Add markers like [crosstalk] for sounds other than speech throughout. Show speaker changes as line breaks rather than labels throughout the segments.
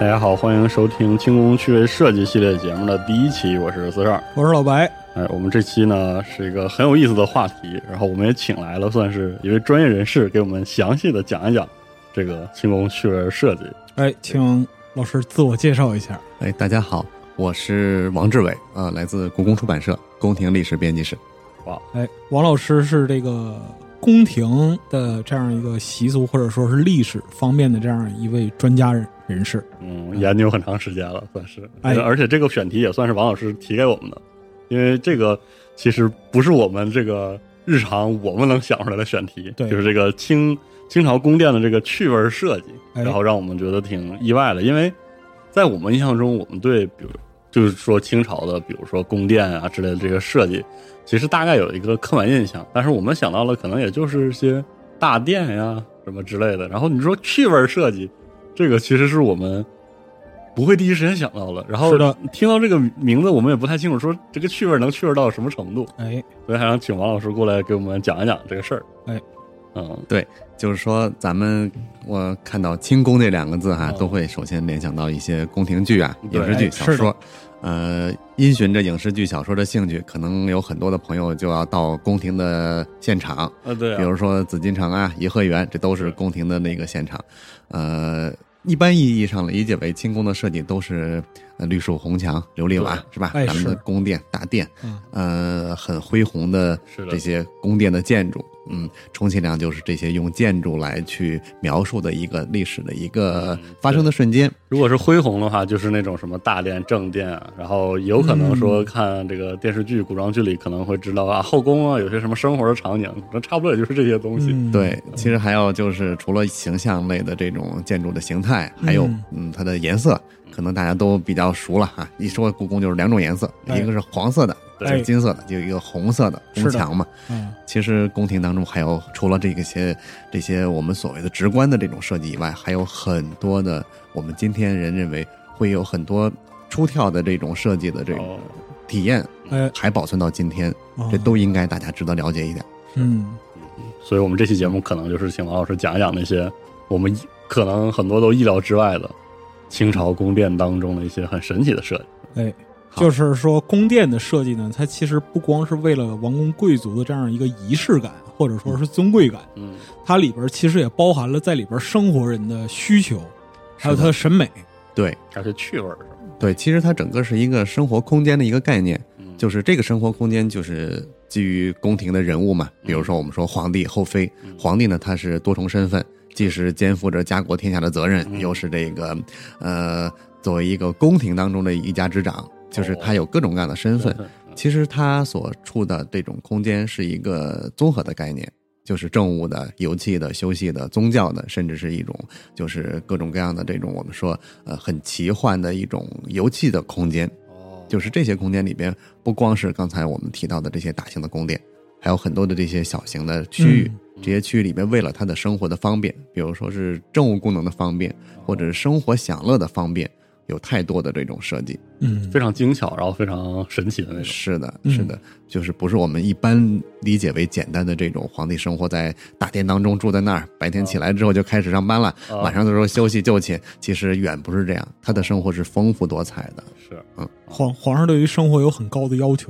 大家好，欢迎收听轻工趣味设计系列节目的第一期，我是四十二。
我是老白，
哎，我们这期呢是一个很有意思的话题，然后我们也请来了算是一位专业人士给我们详细的讲一讲这个轻工趣味设计。
哎，请老师自我介绍一下。
哎，大家好，我是王志伟啊、来自故宫出版社宫廷历史编辑室。
哎，王老师是这个宫廷的这样一个习俗或者说是历史方面的这样一位专家人人士。
嗯，研究很长时间了，算是。
哎
而且这个选题也算是王老师提给我们的，因为这个其实不是我们这个日常我们能想出来的选题，
对
就是这个清清朝宫殿的这个趣味设计，
哎
然后让我们觉得挺意外的，因为在我们印象中，我们对比如就是说清朝的，比如说宫殿啊之类的这个设计，其实大概有一个刻板印象，但是我们想到了可能也就是一些大殿呀、什么之类的。然后你说趣味设计，这个其实是我们不会第一时间想到的。然后
是的
听到这个名字，我们也不太清楚说这个趣味能趣味到什么程度，
哎，
所以还想请王老师过来给我们讲一讲这个事儿。
哎，
嗯，
就是说，咱们我看到“清宫”这两个字哈、
嗯
都会首先联想到一些宫廷剧啊、
对
影视
哦哎
剧、小
是的
说。呃，因循着影视剧、小说的兴趣，可能有很多的朋友就要到宫廷的现场，
啊对
比
啊，
如说紫禁城啊、颐和园，这都是宫廷的那个现场。呃，一般意义上理解为清宫的设计都是呃绿树红墙、琉璃瓦
对，
是吧？
哎
咱们的
是
宫殿、大殿，
嗯，
呃，很恢宏的
是的
这些宫殿的建筑，嗯，充其量就是这些用建筑来去描述的一个历史的一个
嗯
发生的瞬间。
如果是恢宏的话，就是那种什么大殿、正殿啊，然后有可能
嗯
说看这个电视剧、古装剧里可能会知道啊，后宫啊，有些什么生活的场景，那差不多也就是这些东西。
嗯，
对，其实还有就是除了形象类的这种建筑的形态，还有
嗯
嗯它的颜色，可能大家都比较熟了哈、一说故宫就是两种颜色，
哎
一个是黄色的，一
对
个是金色的，就有一个红色的
是
宫
的
墙嘛。
嗯，
其实宫廷当中还有除了这个些这些我们所谓的直观的这种设计以外，还有很多的我们今天人认为会有很多出跳的这种设计的这种
哦，
体验，
哎，
还保存到今天，
哦
这都应该大家值得了解一点。
嗯，
所以我们这期节目可能就是请王老师讲一讲那些我们一可能很多都意料之外的清朝宫殿当中的一些很神奇的设计。
哎，
好
就是说宫殿的设计呢，它其实不光是为了王公贵族的这样一个仪式感或者说是尊贵感，
嗯，
它里边其实也包含了在里边生活人的需求，还有他的审美。
对
而且趣味儿是吧？
对，其实它整个是一个生活空间的一个概念，
嗯
就是这个生活空间就是基于宫廷的人物嘛，
嗯
比如说我们说皇帝、后妃，皇帝呢他是多重身份，既是肩负着家国天下的责
嗯
任，又是这个呃作为一个宫廷当中的一家之长，就是
哦
他有各种各样的身份。其实他所处的这种空间是一个综合的概念，就是政务的、游憩的、休息的、宗教的，甚至是一种就是各种各样的这种我们说呃很奇幻的一种游憩的空间。
哦，
就是这些空间里边，不光是刚才我们提到的这些大型的宫殿，还有很多的这些小型的区域。这些区域里边，为了他的生活的方便，比如说是政务功能的方便，
哦
或者是生活享乐的方便，有太多的这种设计。
嗯，
非常精巧，然后非常神奇的那种。
是的，
嗯
是的，就是不是我们一般理解为简单的这种皇帝生活在大殿当中，住在那儿，白天起来之后就开始上班了，
啊
晚上的时候休息就寝。其实远不是这样，他的生活是丰富多彩的。
是，
皇皇上对于生活有很高的要求。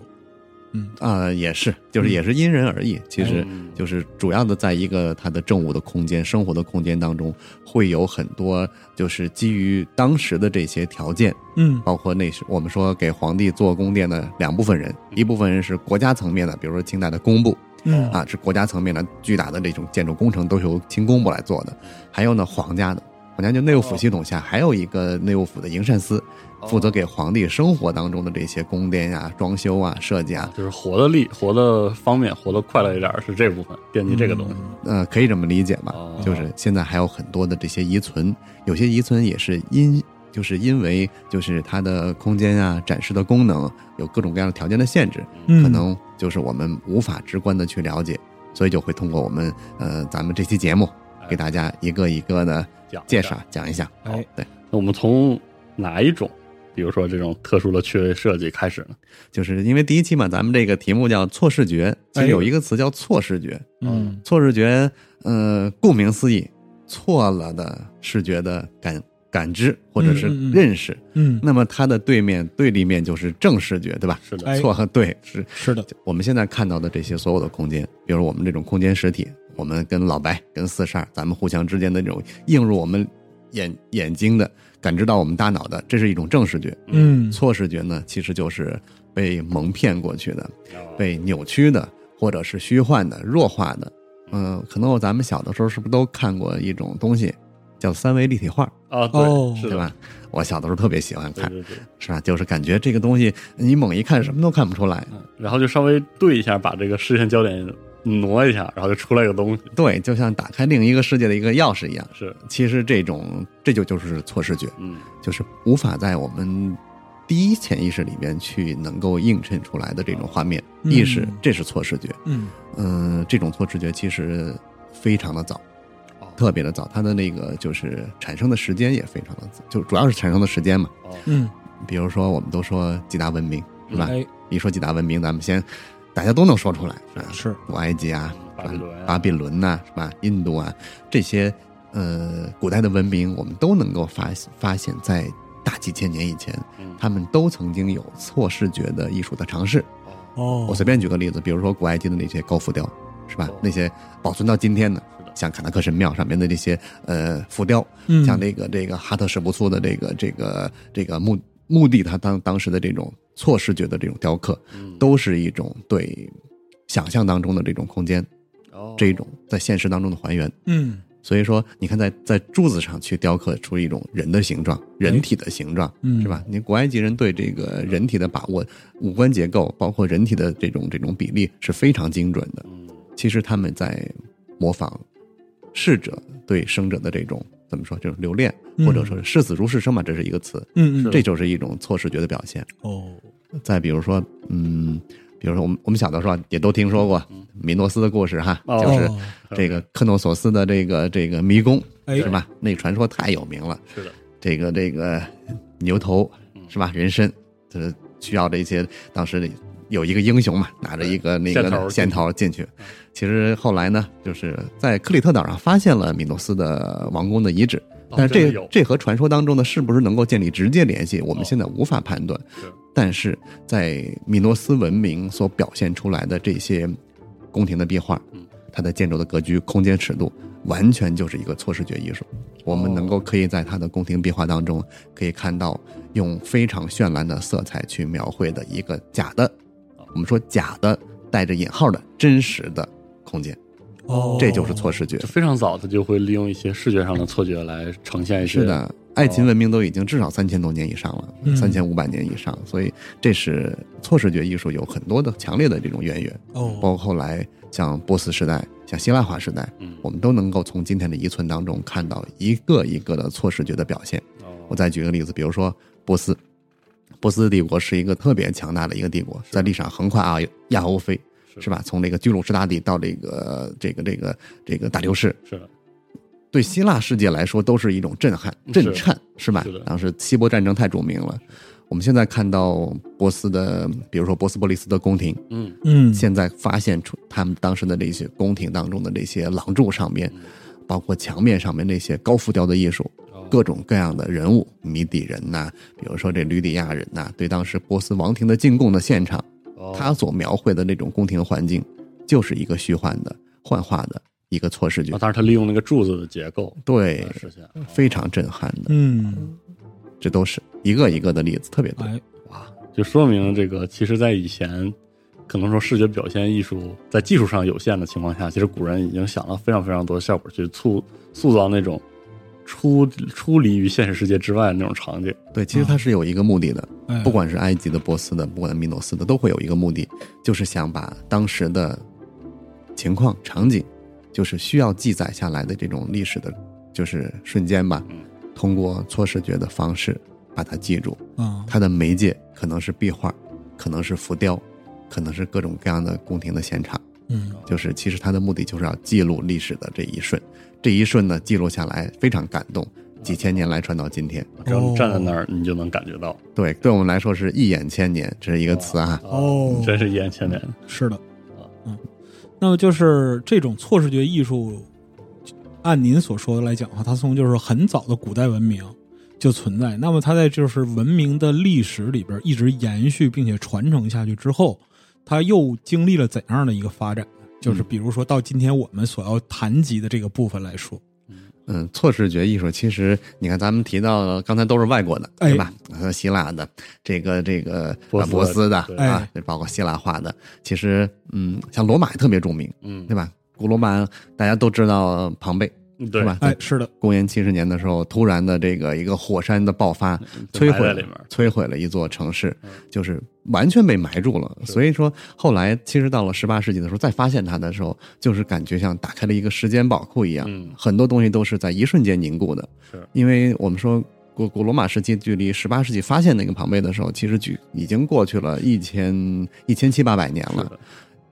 啊、也是，就是也是因人而异。其实
嗯
就是主要的，在一个他的政务的空间、生活的空间当中，会有很多就是基于当时的这些条件，
嗯，
包括那时我们说给皇帝做宫殿的两部分人，
嗯
一部分人是国家层面的，比如说清代的工部
嗯
啊，是国家层面的巨大的这种建筑工程都是由清工部来做的，还有呢皇家的。皇家就内务府系统下还有一个内务府的营膳司，负责给皇帝生活当中的这些宫殿呀、装修啊、设计啊，
就是活得利、活得方便、活得快乐一点儿是这部分惦记这个东西。
呃，可以这么理解吧，
哦
就是现在还有很多的这些遗存，有些遗存也是因，就是因为就是它的空间啊、展示的功能有各种各样的条件的限制，
嗯
可能就是我们无法直观的去了解，所以就会通过我们呃咱们这期节目给大家一个一个的
讲一
介
下
绍讲一下。
哎，
那我们从哪一种，比如说这种特殊的趣味设计开始呢？
就是因为第一期嘛，咱们这个题目叫错视觉，其
哎
实有一个词叫错视觉，
嗯
错视觉，呃，顾名思义，错了的视觉的感感知或者是
嗯嗯嗯
认识。
嗯，
那么它的对面对立面就是正视觉，对吧？
是的，
哎
错和对是
是的，
我们现在看到的这些所有的空间，比如我们这种空间实体，我们跟老白、跟四十二，咱们互相之间的这种映入我们眼眼睛的，感知到我们大脑的，这是一种正视觉。
嗯，
错视觉呢，其实就是被蒙骗过去的，
哦
被扭曲的，或者是虚幻的、弱化的。嗯、可能咱们小的时候是不是都看过一种东西，叫三维立体画，
啊，
哦
对，是
对
的，
吧？我小的时候特别喜欢
对
看，
对对，
是吧？就是感觉这个东西你猛一看什么都看不出来，
嗯，然后就稍微对一下，把这个视线焦点挪一下，然后就出来个东西，
对，就像打开另一个世界的一个钥匙一样。
是，
其实这种这就就是错视觉，
嗯，
就是无法在我们第一潜意识里面去能够映衬出来的这种画面、
嗯
意识，这是错视觉。
嗯
嗯、这种错视觉其实非常的早，
哦
特别的早，它的那个就是产生的时间也非常的早，就主要是产生的时间嘛。
哦，
嗯，
比如说我们都说几大文明是吧？
哎，
一说几大文明，咱们先大家都能说出来，是吧？
是，
古埃及啊，
巴比伦啊
巴比伦呐、是吧？印度啊，这些呃古代的文明，我们都能够发发现，在大几千年以前，
嗯，
他们都曾经有错视觉的艺术的尝试。
哦
哦
我，随便举个例子，比如说古埃及的那些高浮雕，是吧
哦？
那些保存到今天的
是的，
像卡纳克神庙上面的这些呃浮雕，
嗯
像这个这个哈特什布苏的这个这个这个墓墓地，它当当时的这种错视觉的这种雕刻，
嗯
都是一种对想象当中的这种空间，
哦
这一种在现实当中的还原。
嗯
所以说，你看在在柱子上去雕刻出一种人的形状、人体的形状，
嗯，
是吧？？你古埃及人对这个人体的把握、五官结构，包括人体的这种这种比例是非常精准的。
嗯
其实他们在模仿逝者对生者的这种怎么说，就是留恋，
嗯
或者说是视死如是生嘛，这是一个词，
嗯嗯，
这就是一种错视觉的表现。
哦，
再比如说，嗯，比如说我们我们小的时候啊也都听说过米诺斯的故事哈，
哦
就是
哦
这个克诺索斯的这个这个迷宫
哎
是吧？那传说太有名了，
是的，
这个这个牛头是吧？人参就是需要这些当时有一个英雄嘛，拿着一个那
线头
个
进去
线头进去。嗯其实后来呢，就是在克里特岛上发现了米诺斯的王宫的遗址。
哦
但是
真的
这
有
这和传说当中的是不是能够建立直接联系，我们
哦
现在无法判断。
是
但是在米诺斯文明所表现出来的这些宫廷的壁画
嗯，
它的建筑的格局、空间尺度，完全就是一个错视觉艺术。我
哦
们能够可以在它的宫廷壁画当中，可以看到用非常绚烂的色彩去描绘的一个假的，
哦
我们说假的带着引号的真实的空间，
哦，
这就是错视觉
就。非常早，他就会利用一些视觉上的错觉来呈现一些
是的，爱琴文明都已经至少三千多年以上
嗯
了，三千五百年以上，所以这是错视觉艺术有很多的强烈的这种渊源，包
哦，
括后来像波斯时代、像希腊化时代，
嗯
我们都能够从今天的遗存当中看到一个一个的错视觉的表现。我
哦
再举个例子，比如说波斯，波斯帝国是一个特别强大的一个帝国，在历史上横跨啊亚欧非，
是
是吧？从这个居鲁士大帝到这个这个这个这个大流士，
是的，
对希腊世界来说都是一种震撼、
嗯是
震颤，是吧
是的？
当时希波战争太著名了。我们现在看到波斯的，比如说波斯波利斯的宫廷，
嗯
嗯，
现在发现出他们当时的这些宫廷当中的这些廊柱上面，
嗯
包括墙面上面那些高浮雕的艺术，
哦
各种各样的人物，米底人呐、比如说这吕底亚人呐、对当时波斯王庭的进贡的现场，
哦
他所描绘的那种宫廷环境，就是一个虚幻的、幻化的一个错视觉
啊，，当然他利用那个柱子的结构
对
来，实现，哦
非常震撼的，
嗯，
这都是一个一个的例子，特别多。
哎，
就说明这个，其实，在以前，可能说视觉表现艺术在技术上有限的情况下，其实古人已经想了非常非常多的效果去塑塑造那种出出离于现实世界之外的那种场景。
对，其实它是有一个目的的，
哎
不管是埃及的、波斯的，不管米诺斯的，都会有一个目的，就是想把当时的情况、场景，就是需要记载下来的这种历史的，就是瞬间吧
嗯，
通过错视觉的方式把它记住。
啊，
它的媒介可能是壁画，可能是浮雕，可能是各种各样的宫廷的现场。
嗯
就是其实它的目的就是要记录历史的这一瞬，这一瞬呢记录下来非常感动，几千年来传到今天。
只要你站在那
哦
儿，你就能感觉到，
对，对我们来说是一眼千年，这是一个词啊。
哦
真是一眼千年。
是的，嗯，那么就是这种错视觉艺术，按您所说的来讲的话，它从就是很早的古代文明，就存在。那么它在就是文明的历史里边一直延续并且传承下去之后，它又经历了怎样的一个发展？就是比如说到今天我们所要谈及的这个部分来说，
嗯，错视觉艺术其实，你看咱们提到了，刚才都是外国的，
哎
对吧？呃，希腊的，这个这个
波
呃
斯的
波斯的
对
啊，包括希腊化的，其实嗯，像罗马也特别著名，
嗯
对，吧？古罗马大家都知道庞贝，
对
嗯是吧？
哎，是的，
公元七十年的时候，突然的这个一个火山的爆发，
嗯就
摧
埋
毁
在
了
里面，
摧毁了一座城市
嗯，
就是完全被埋住了。
是
所以说，后来其实到了十八世纪的时候，再发现它的时候，就是感觉像打开了一个时间宝库一样，
嗯，
很多东西都是在一瞬间凝固的。
是
因为我们说。古古罗马时期距离十八世纪发现那个庞贝的时候，其实距已经过去了一千一千七八百年
是
了。
的，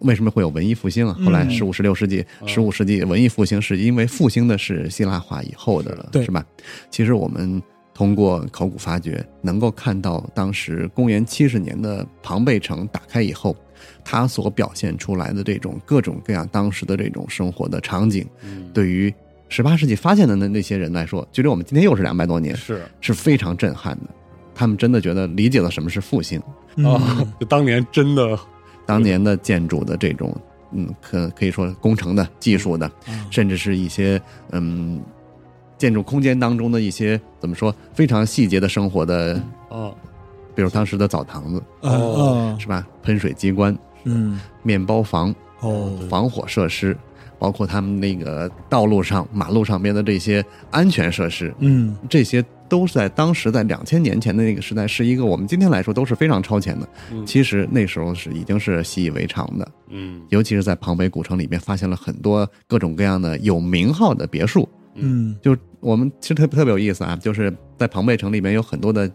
为什么会有文艺复兴啊？后来
嗯
十五、十六世纪，
嗯
十五世纪文艺复兴是因为复兴的是希腊化以后的
是的
了，
对
是吧？其实我们通过考古发掘，能够看到当时公元七十年的庞贝城打开以后，它所表现出来的这种各种各样当时的这种生活的场景，
嗯，
对于十八世纪发现的那那些人来说，距离我们今天又是两百多年，
是
是非常震撼的。他们真的觉得理解了什么是复兴。
嗯，
哦，就当年真的
当年的建筑的这种，嗯，可可以说工程的技术的，
啊
甚至是一些嗯，建筑空间当中的一些怎么说非常细节的生活的，
哦，
比如当时的澡堂子
呃呃
是吧？喷水机关、
嗯，
面包房、
哦，
防火设施，包括他们那个道路上、马路上边的这些安全设施，
嗯，
这些都是在当时在两千年前的那个时代，是一个我们今天来说都是非常超前的。
嗯
其实那时候是已经是习以为常的。
嗯
尤其是在庞贝古城里面，发现了很多各种各样的有名号的别墅。
嗯，
就是我们其实特别特别有意思啊，就是在庞贝城里面有很多的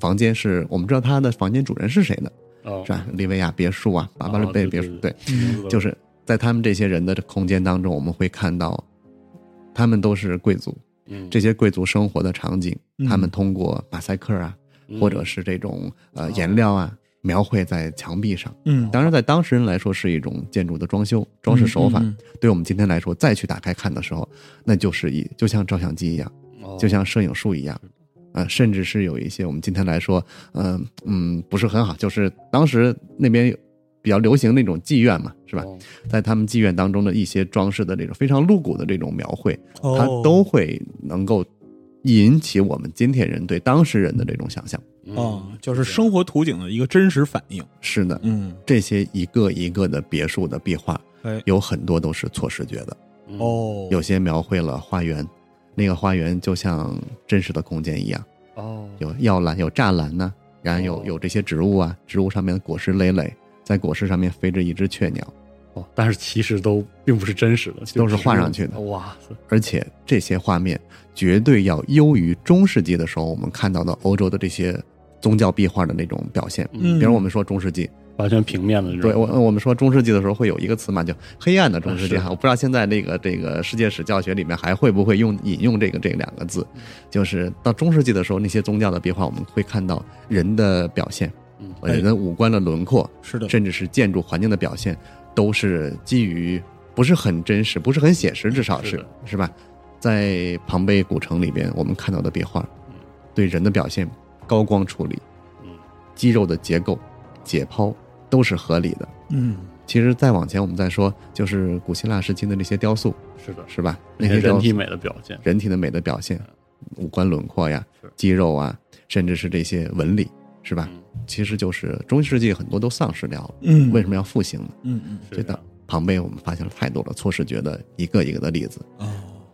房间是我们知道它的房间主人是谁的，
哦
是吧？利维亚别墅啊，巴巴利贝别墅，对，
嗯
就是在他们这些人的空间当中，我们会看到他们都是贵族，
嗯
这些贵族生活的场景，
嗯
他们通过马赛克啊，
嗯
或者是这种呃颜料啊，描绘在墙壁上。
嗯，
当然，在当时人来说是一种建筑的装修装饰手法，
嗯
对我们今天来说，再去打开看的时候，那就是一就像照相机一样，
嗯
就
哦
像摄影术一样，
哦
啊、甚至是有一些我们今天来说，嗯、嗯，不是很好，就是当时那边有比较流行那种妓院嘛，是
是
哦
吧？？在他们妓院当中的一些装饰的这种非常露骨的这种描绘，
哦
它都会能够引起我们今天人对当时人的嗯这种想象。
哦，就是生活图景的一个真实反应。
是的，
嗯，
这些一个一个的别墅的壁画，
哎，
有很多都是错视觉的。
嗯
哦，
嗯有些描绘了花园，那个花园就像真实的空间一样，
哦，
有药兰，有栅栏呢、然后
哦
有有这些植物啊，植物上面的果实累累，在果实上面飞着一只雀鸟，
哦，但是其实都并不是真实的，就
都是
只
画上去的
哇塞，
而且这些画面绝对要优于中世纪的时候我们看到的欧洲的这些宗教壁画的那种表现。
嗯
比如我们说中世纪，
完全平面的这种。
对我呃我们说中世纪的时候会有一个词嘛，叫黑暗的中世纪
啊是
哈。我不知道现在这个这个世界史教学里面还会不会用引用这个这两个字，就是到中世纪的时候，那些宗教的壁画我们会看到人的表现，
嗯
呃人的五官的轮廓，
是的，
甚至是建筑环境的表现，都是基于不是很真实，不是很写实，至少
是
是
的
是吧？在庞贝古城里边，我们看到的壁画
嗯，
对人的表现、高光处理、
嗯
肌肉的结构、解剖都是合理的。
嗯，
其实再往前，我们再说，就是古希腊时期的那些雕塑，
是的，
是吧？那
那
些
些人
雕
体
塑
美的表现，
人体的美的表现，五官轮廓呀
是、
肌肉啊，甚至是这些纹理，是吧？
嗯
其实就是中世纪很多都丧失掉了，
嗯，
为什么要复兴呢？
嗯嗯
是
这
的
道，庞贝我们发现了太多了错视觉的一个一个的例子。
哦，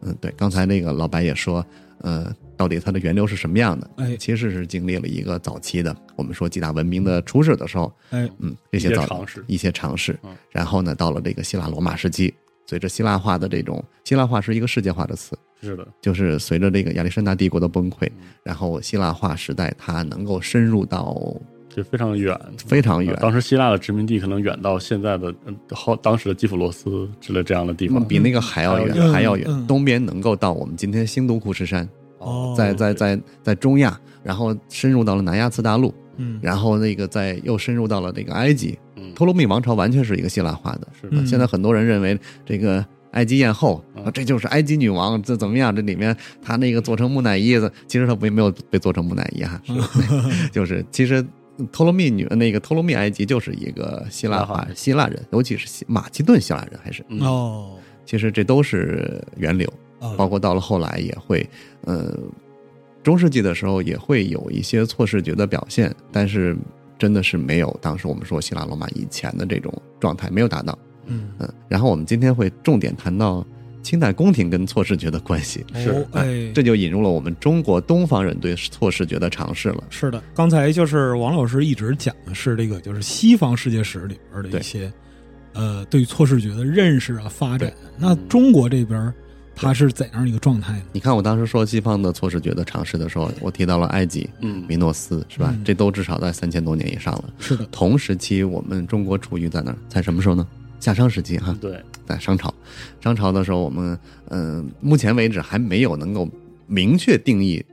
嗯，对，刚才那个老白也说，呃，到底它的源流是什么样的？
哎
其实是经历了一个早期的，我们说几大文明的初始的时候，
哎，
嗯，这
一
些
些
早
尝试
一些尝试
嗯。
然后呢，到了这个希腊罗马时期，随着希腊化的这种，希腊化是一个世界化的词，
是的，
就是随着这个亚历山大帝国的崩溃，然后希腊化时代它能够深入到
就非常远，
非常远
呃，当时希腊的殖民地可能远到现在的嗯后当时的基辅罗斯之类这样的地方，
比那个还要
嗯
远，还要
嗯
远，东边能够到我们今天兴都库什山，
哦
在在在在中亚，然后深入到了南亚次大陆，
嗯，
然后那个在又深入到了那个埃及。
嗯
托勒密王朝完全是一个希腊化的，
是
嗯
的，
现在很多人认为这个埃及艳后
嗯
说这就是埃及女王，这怎么样？这里面她那个做成木乃伊的，其实她没没有被做成木乃伊哈， [laughs] 就是其实托勒密女那个托勒密埃及就是一个希腊化希腊人，尤其是希马其顿希腊人还是，
嗯
哦
其实这都是源流，包
哦，
括到了后来也会，呃，中世纪的时候也会有一些错视觉的表现，但是真的是没有当时我们说希腊罗马以前的这种状态没有达到。
嗯，
嗯，然后我们今天会重点谈到清代宫廷跟错视觉的关系，
是
哦哎，
这就引入了我们中国东方人对错视觉的尝试了。
是的，刚才就是王老师一直讲的是这个，就是西方世界史里边的
对
一些，呃，对于错视觉的认识啊发展。那
嗯
中国这边它是怎样一个状态呢？
你看，我当时说西方的错视觉的尝试的时候，我提到了埃及、
嗯
米诺斯，是吧？
嗯
这都至少在三千多年以上了。
是的，
同时期，我们中国处于在哪儿？在什么时候呢？夏商时期哈，
对，
在商朝，商朝的时候，我们嗯、呃目前为止还没有能够明确定义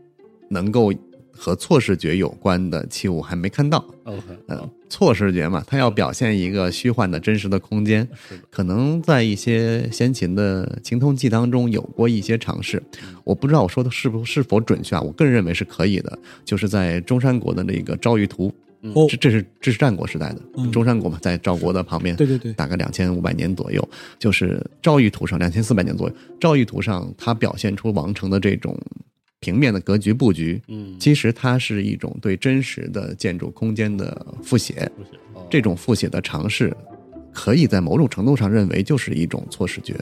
能够和错视觉有关的器物，还没看到。
OK，
呃，错视觉嘛，它要表现一个虚幻的真实的空间，
是的，
可能在一些先秦的青铜器当中有过一些尝试，
嗯
我不知道我说的是不是否准确啊？我个人认为是可以的，就是在中山国的那个昭玉图，
哦
这，这是这是战国时代的
嗯
中山国嘛，在赵国的旁边，
对对对，
大概两千五百年左右，就是赵玉图上两千四百年左右，赵玉图上它表现出王城的这种平面的格局布局，
嗯，
其实它是一种对真实的建筑空间的复写，
不行，哦
这种复写的尝试，可以在某种程度上认为就是一种错视觉，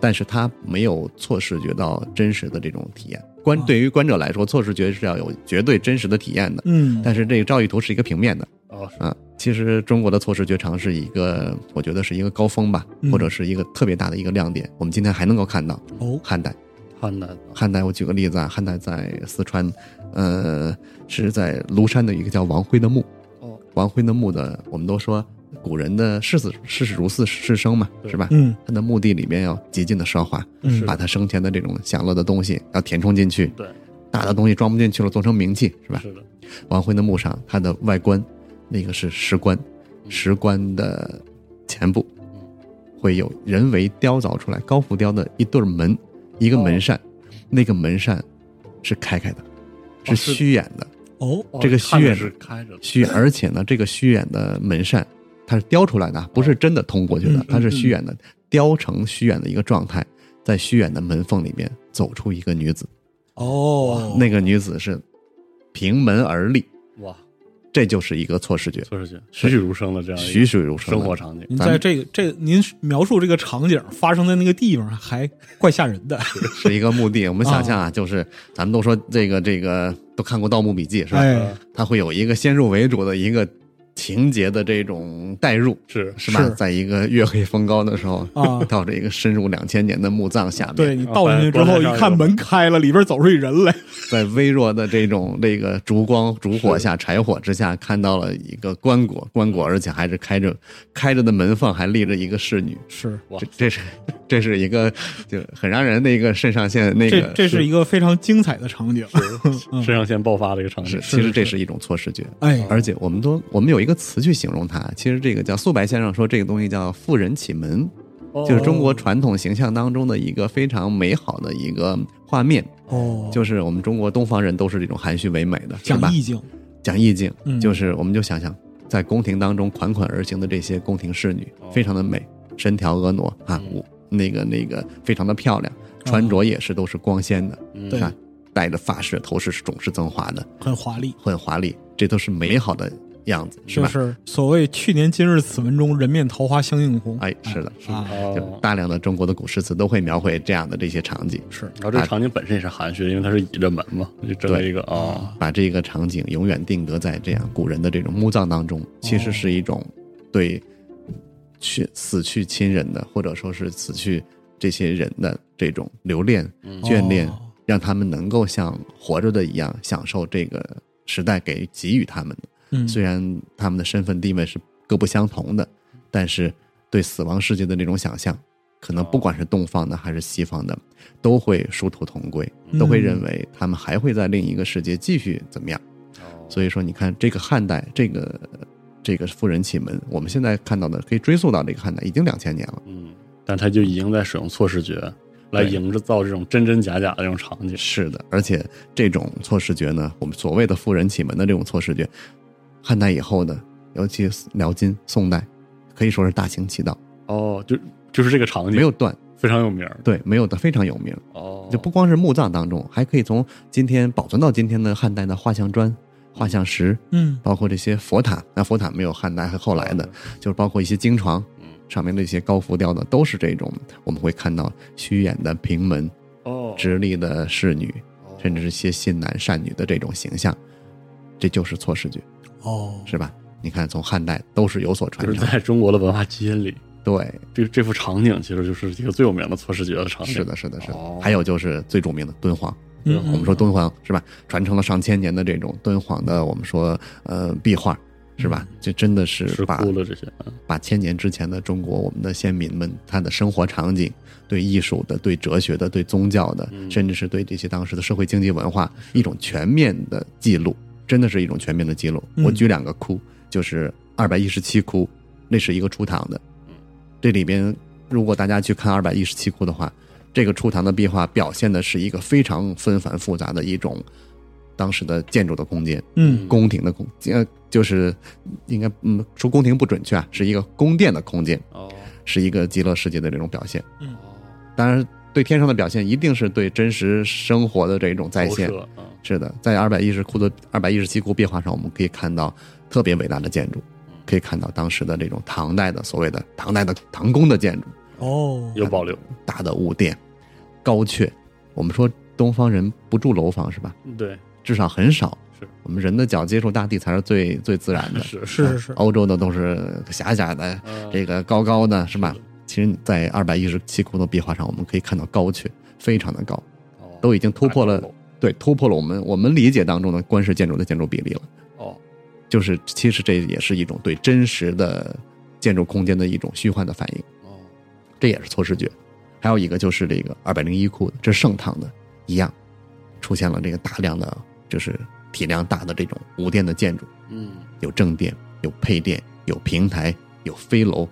但是它没有错视觉到真实的这种体验。观
啊
对于观者来说，错视觉是要有绝对真实的体验的，
嗯，
但是这个赵玉图是一个平面的。
哦是
啊，其实中国的错视觉尝试一个，我觉得是一个高峰吧，
嗯
或者是一个特别大的一个亮点。我们今天还能够看到
哦，
汉代，
汉代的，
汉代我举个例子啊，汉代在四川，呃，是在庐山的一个叫王辉的墓，
哦，
王辉的墓的，我们都说古人的视死视死如是是生嘛，
对
是吧？
嗯
他的墓地里面要极尽的奢华，
嗯，
把他生前的这种享乐的东西要填充进去，
对，
大的东西装不进去了，做成名器，是吧？
是的，
王辉的墓上，它的外观，那个是石棺，
嗯
石棺的前部
嗯
会有人为雕凿出来高浮雕的一对儿门，一个门扇，那个门扇是开开的，是
哦是
虚掩的，
哦，
哦
这个
看着
虚掩
是开着的，
虚掩，而且呢，这个虚掩的门扇它是雕出来的，不是真的通过去的
嗯，
它是虚掩的，雕成虚掩的一个状态，在虚掩的门缝里面走出一个女子，
哦，
那个女子是平门而立，
哇，
这就是一个错视觉。
错视觉，栩栩如生的这样一个
栩栩如生
生
的
活场景，
您
咱们
在这个这您描述这个场景发生在那个地方，还怪吓人的。
是一个墓地。我们想象啊，就是咱们都说这个这个都看过《盗墓笔记》是吧？
哎，
它会有一个先入为主的一个情节的这种代入，
是
是吧？
是
在一个月黑风高的时候，
啊
[laughs] 到这一个深入两千年的墓葬下面，
[laughs] 对你倒进去之
啊
后，
哎
一看门开了，里边走出一人来。
在微弱的这种这个烛光、烛火下、柴火之下，看到了一个棺椁，棺椁而且还是开着开着的门缝，还立着一个侍女。
是，
哇
这这是这是一个就很让人的一个肾上腺那
这
个
这是一个非常精彩的场景。嗯
肾上腺爆发的一个场景
是，其实
是
这
是
是一种错视觉。
哎，
而且我们都我们有一个词去形容它，其实这个叫素白先生说这个东西叫“妇人启门”，
哦
就是中国传统形象当中的一个非常美好的一个画面，
哦，
就是我们中国东方人都是这种含蓄唯美的，是吧
讲？意境，
讲意境，
嗯
就是我们就想想，在宫廷当中款款而行的这些宫廷侍女
哦，
非常的美，身条婀娜啊
嗯，
舞那个那个非常的漂亮，穿着也是都是光鲜的，
嗯
对
啊，戴着发饰头饰是总是增华的，
很华丽。
很华丽，这都是美好的样子，是
就
吧？
是所谓“去年今日此文中，人面桃花相映红”。
哎，是的，
啊，
就
哦，
大量的中国的古诗词都会描绘这样的这些场景，
是
然后这个场景本身也是含蓄的，因为它是倚着门嘛，就整个一个啊，
把这个场景永远定格在这样古人的这种墓葬当中，其
哦
实是一种对去死去亲人的，或者说是死去这些人的这种留恋、
嗯
眷恋
哦，
让他们能够像活着的一样享受这个时代给给予他们的。
嗯，
虽然他们的身份地位是各不相同的，但是对死亡世界的那种想象，可能不管是东方的还是西方的，都会殊途同归，都会认为他们还会在另一个世界继续怎么样。所
以
以说，你看这个汉代，这个这个富人启门，我们现在看到的可以追溯到这个汉代，已经两千年了。
嗯，但它就已经在使用错视觉，来营造这种真真假假的这种场景。
是的，而且这种错视觉呢，我们所谓的富人启门的这种错视觉，汉代以后的，尤其辽金、宋代，可以说是大行其道，
哦，就就是这个场景
没有断，
非常有名儿
对，没有的非常有名。
哦，
就不光是墓葬当中，还可以从今天保存到今天的汉代的画像砖、画像石，
嗯，
包括这些佛塔。那佛塔没有汉代和后来的，就是包括一些经床
嗯
上面的一些高浮雕的，都是这种我们会看到虚掩的平门、
哦，
直立的侍女，
哦
甚至是些信男善女的这种形象。这就是错视觉，
哦，
是吧？你看，从汉代都是有所
就
传
是
承。
在中国的文化基因里，
对，
这这幅场景其实就是一个最有名的错视觉的场景。
是的，是的，是的
哦。
还有就是最著名的敦煌，
嗯
我
我们说敦煌是吧，传承了上千年的这种敦煌的，我们说呃壁画是吧？这真的是
嗯石
把
窟了这些，嗯
把千年之前的中国我们的先民们他的生活场景、对艺术的、对哲学的、对宗教的，
嗯
甚至是对这些当时的社会经济文化一种全面的记录，真的是一种全面的记录。
嗯
我举两个窟，就是二百一十七窟，那是一个初唐的
嗯，
这里边如果大家去看二百一十七窟的话，这个初唐的壁画表现的是一个非常纷繁复杂的一种当时的建筑的空间。
嗯
宫廷的宫，呃，就是应该嗯，说宫廷不准确啊，是一个宫殿的空间，
哦
是一个极乐世界的这种表现。
嗯
当然，对天上的表现一定是对真实生活的这种再
投
现。
射嗯
是的，在二百一十窟的二百一十七窟壁画上，我们可以看到特别伟大的建筑，可以看到当时的这种唐代的所谓的唐代的唐宫的建筑，
哦，
嗯有保留，
大的雾殿、高阙。我们说东方人不住楼房是吧？
对，
至少很少。
是
我们人的脚接触大地才是最最自然的。
是
是是是，
欧洲的都是狭狭的，
嗯
这个高高的是吧
是的？
其实，在二百一十七窟的壁画上，我们可以看到高阙非常的高，
哦
都已经突破了
大高楼，
对，突破了我们我们理解当中的官式建筑的建筑比例了。
哦，
就是，其实这也是一种对真实的建筑空间的一种虚幻的反应，
哦，
这也是错视觉。还有一个就是这个二百零一窟，这是盛唐的，一样出现了这个大量的就是体量大的这种无殿的建筑，
嗯，
有正殿，有配殿，有平台，有飞楼，
哦，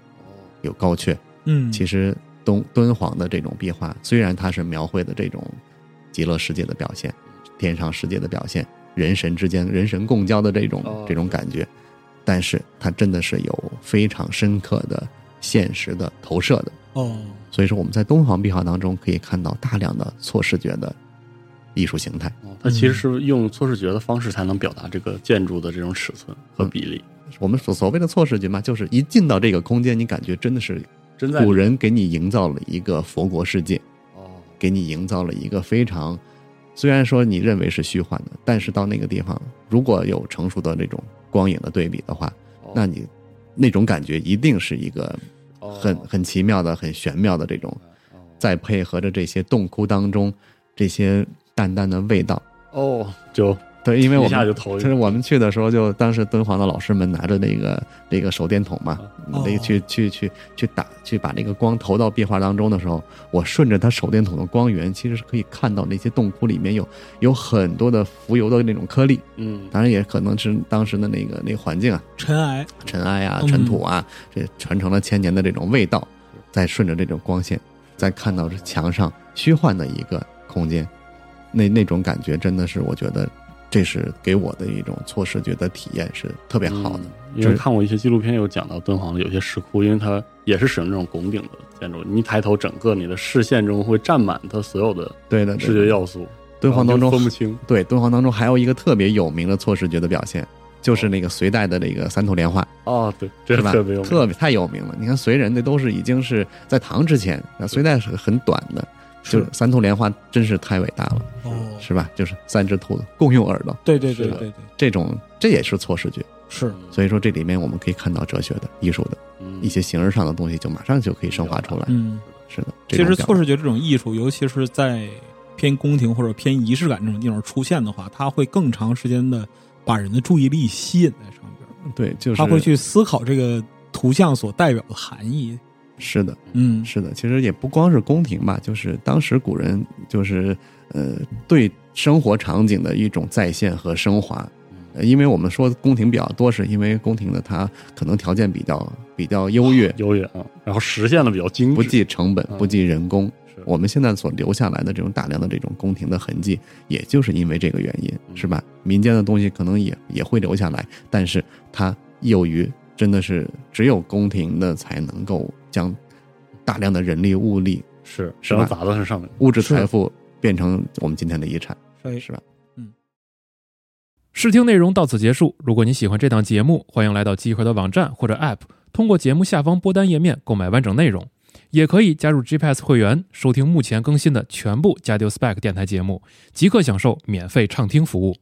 有高阙。
嗯，
其实敦敦煌的这种壁画，虽然它是描绘的这种极乐世界的表现，天上世界的表现，人神之间人神共交的这种、
哦
这种感觉，但是它真的是有非常深刻的现实的投射的。
哦，
所以说我们在敦煌壁画当中可以看到大量的错视觉的艺术形态。
哦它其实是用错视觉的方式才能表达这个建筑的这种尺寸和比例，
我们所所谓的错视觉嘛，就是一进到这个空间，你感觉真的是
真在
嗯古人给你营造了一个佛国世界。
哦，
给你营造了一个非常，虽然说你认为是虚幻的，但是到那个地方，如果有成熟的那种光影的对比的话，
哦
那你那种感觉一定是一个很
哦
很奇妙的、很玄妙的这种，
哦
再配合着这些洞窟当中这些淡淡的味道，
哦，就
对，因为我
一
们
下就投
就
一
是我们去的时候，就当时敦煌的老师们拿着那个那个手电筒嘛，
哦
那个去去去去打去把那个光投到壁画当中的时候，我顺着他手电筒的光源，其实是可以看到那些洞窟里面有有很多的浮游的那种颗粒，
嗯，
当然也可能是当时的那个那个环境啊，
尘埃，
尘埃啊、
嗯
尘土啊，这传承了千年的这种味道，再顺着这种光线，再看到这墙上虚幻的一个空间，那那种感觉真的是，我觉得这是给我的一种错视觉的体验，是特别好的。
嗯因为
这
看过一些纪录片，有讲到敦煌的有些石窟，因为它也是使用这种拱顶的建筑，你一抬头，整个你的视线中会占满它所有的
对的，对的
视觉要素，
敦煌当
然后就
中
分不清。
对敦煌当中还有一个特别有名的错视觉的表现，就是那个隋代的那个三头莲花，
哦，对，这
是
是
吧？
特别有名
特别太有名了。你看隋人那都是已经是在唐之前，啊隋代是很短的，就是
是
三头莲花真是太伟大了。
哦，
是嗯吧？就是三只兔子共用耳朵，
对对对
是的
对对，
这种这也是错视觉。
是
所以说这里面我们可以看到哲学的、艺术的
嗯
一些形而上的东西，就马上就可以升华出来。
嗯。
是的，
其实错
视
视觉这种艺术，尤其是在偏宫廷或者偏仪式感这种地方出现的话，它会更长时间的把人的注意力吸引在上边，
对，就是
他会去思考这个图像所代表的含义。
是的，
嗯，
是的。其实也不光是宫廷吧，就是当时古人就是呃对生活场景的一种再现和升华。
嗯
呃因为我们说宫廷比较多，是因为宫廷的它可能条件比较比较优越，
优越啊，然后实现的比较精致，
不计成本，
嗯
不计人工，
是
我们现在所留下来的这种大量的这种宫廷的痕迹，也就是因为这个原因，
嗯
是吧？民间的东西可能也也会留下来，但是它由于真的是只有宫廷的才能够将大量的人力物力
是，
是
只
吧
要砸到这上面，
物质
是
财富变成我们今天的遗产，
所以
是吧？
试听内容到此结束。如果你喜欢这档节目，欢迎来到集合的网站或者 App，通过节目下方播单页面购买完整内容，也可以加入 GPS 会员，收听目前更新的全部加丢 Spec 电台节目，即刻享受免费畅听服务。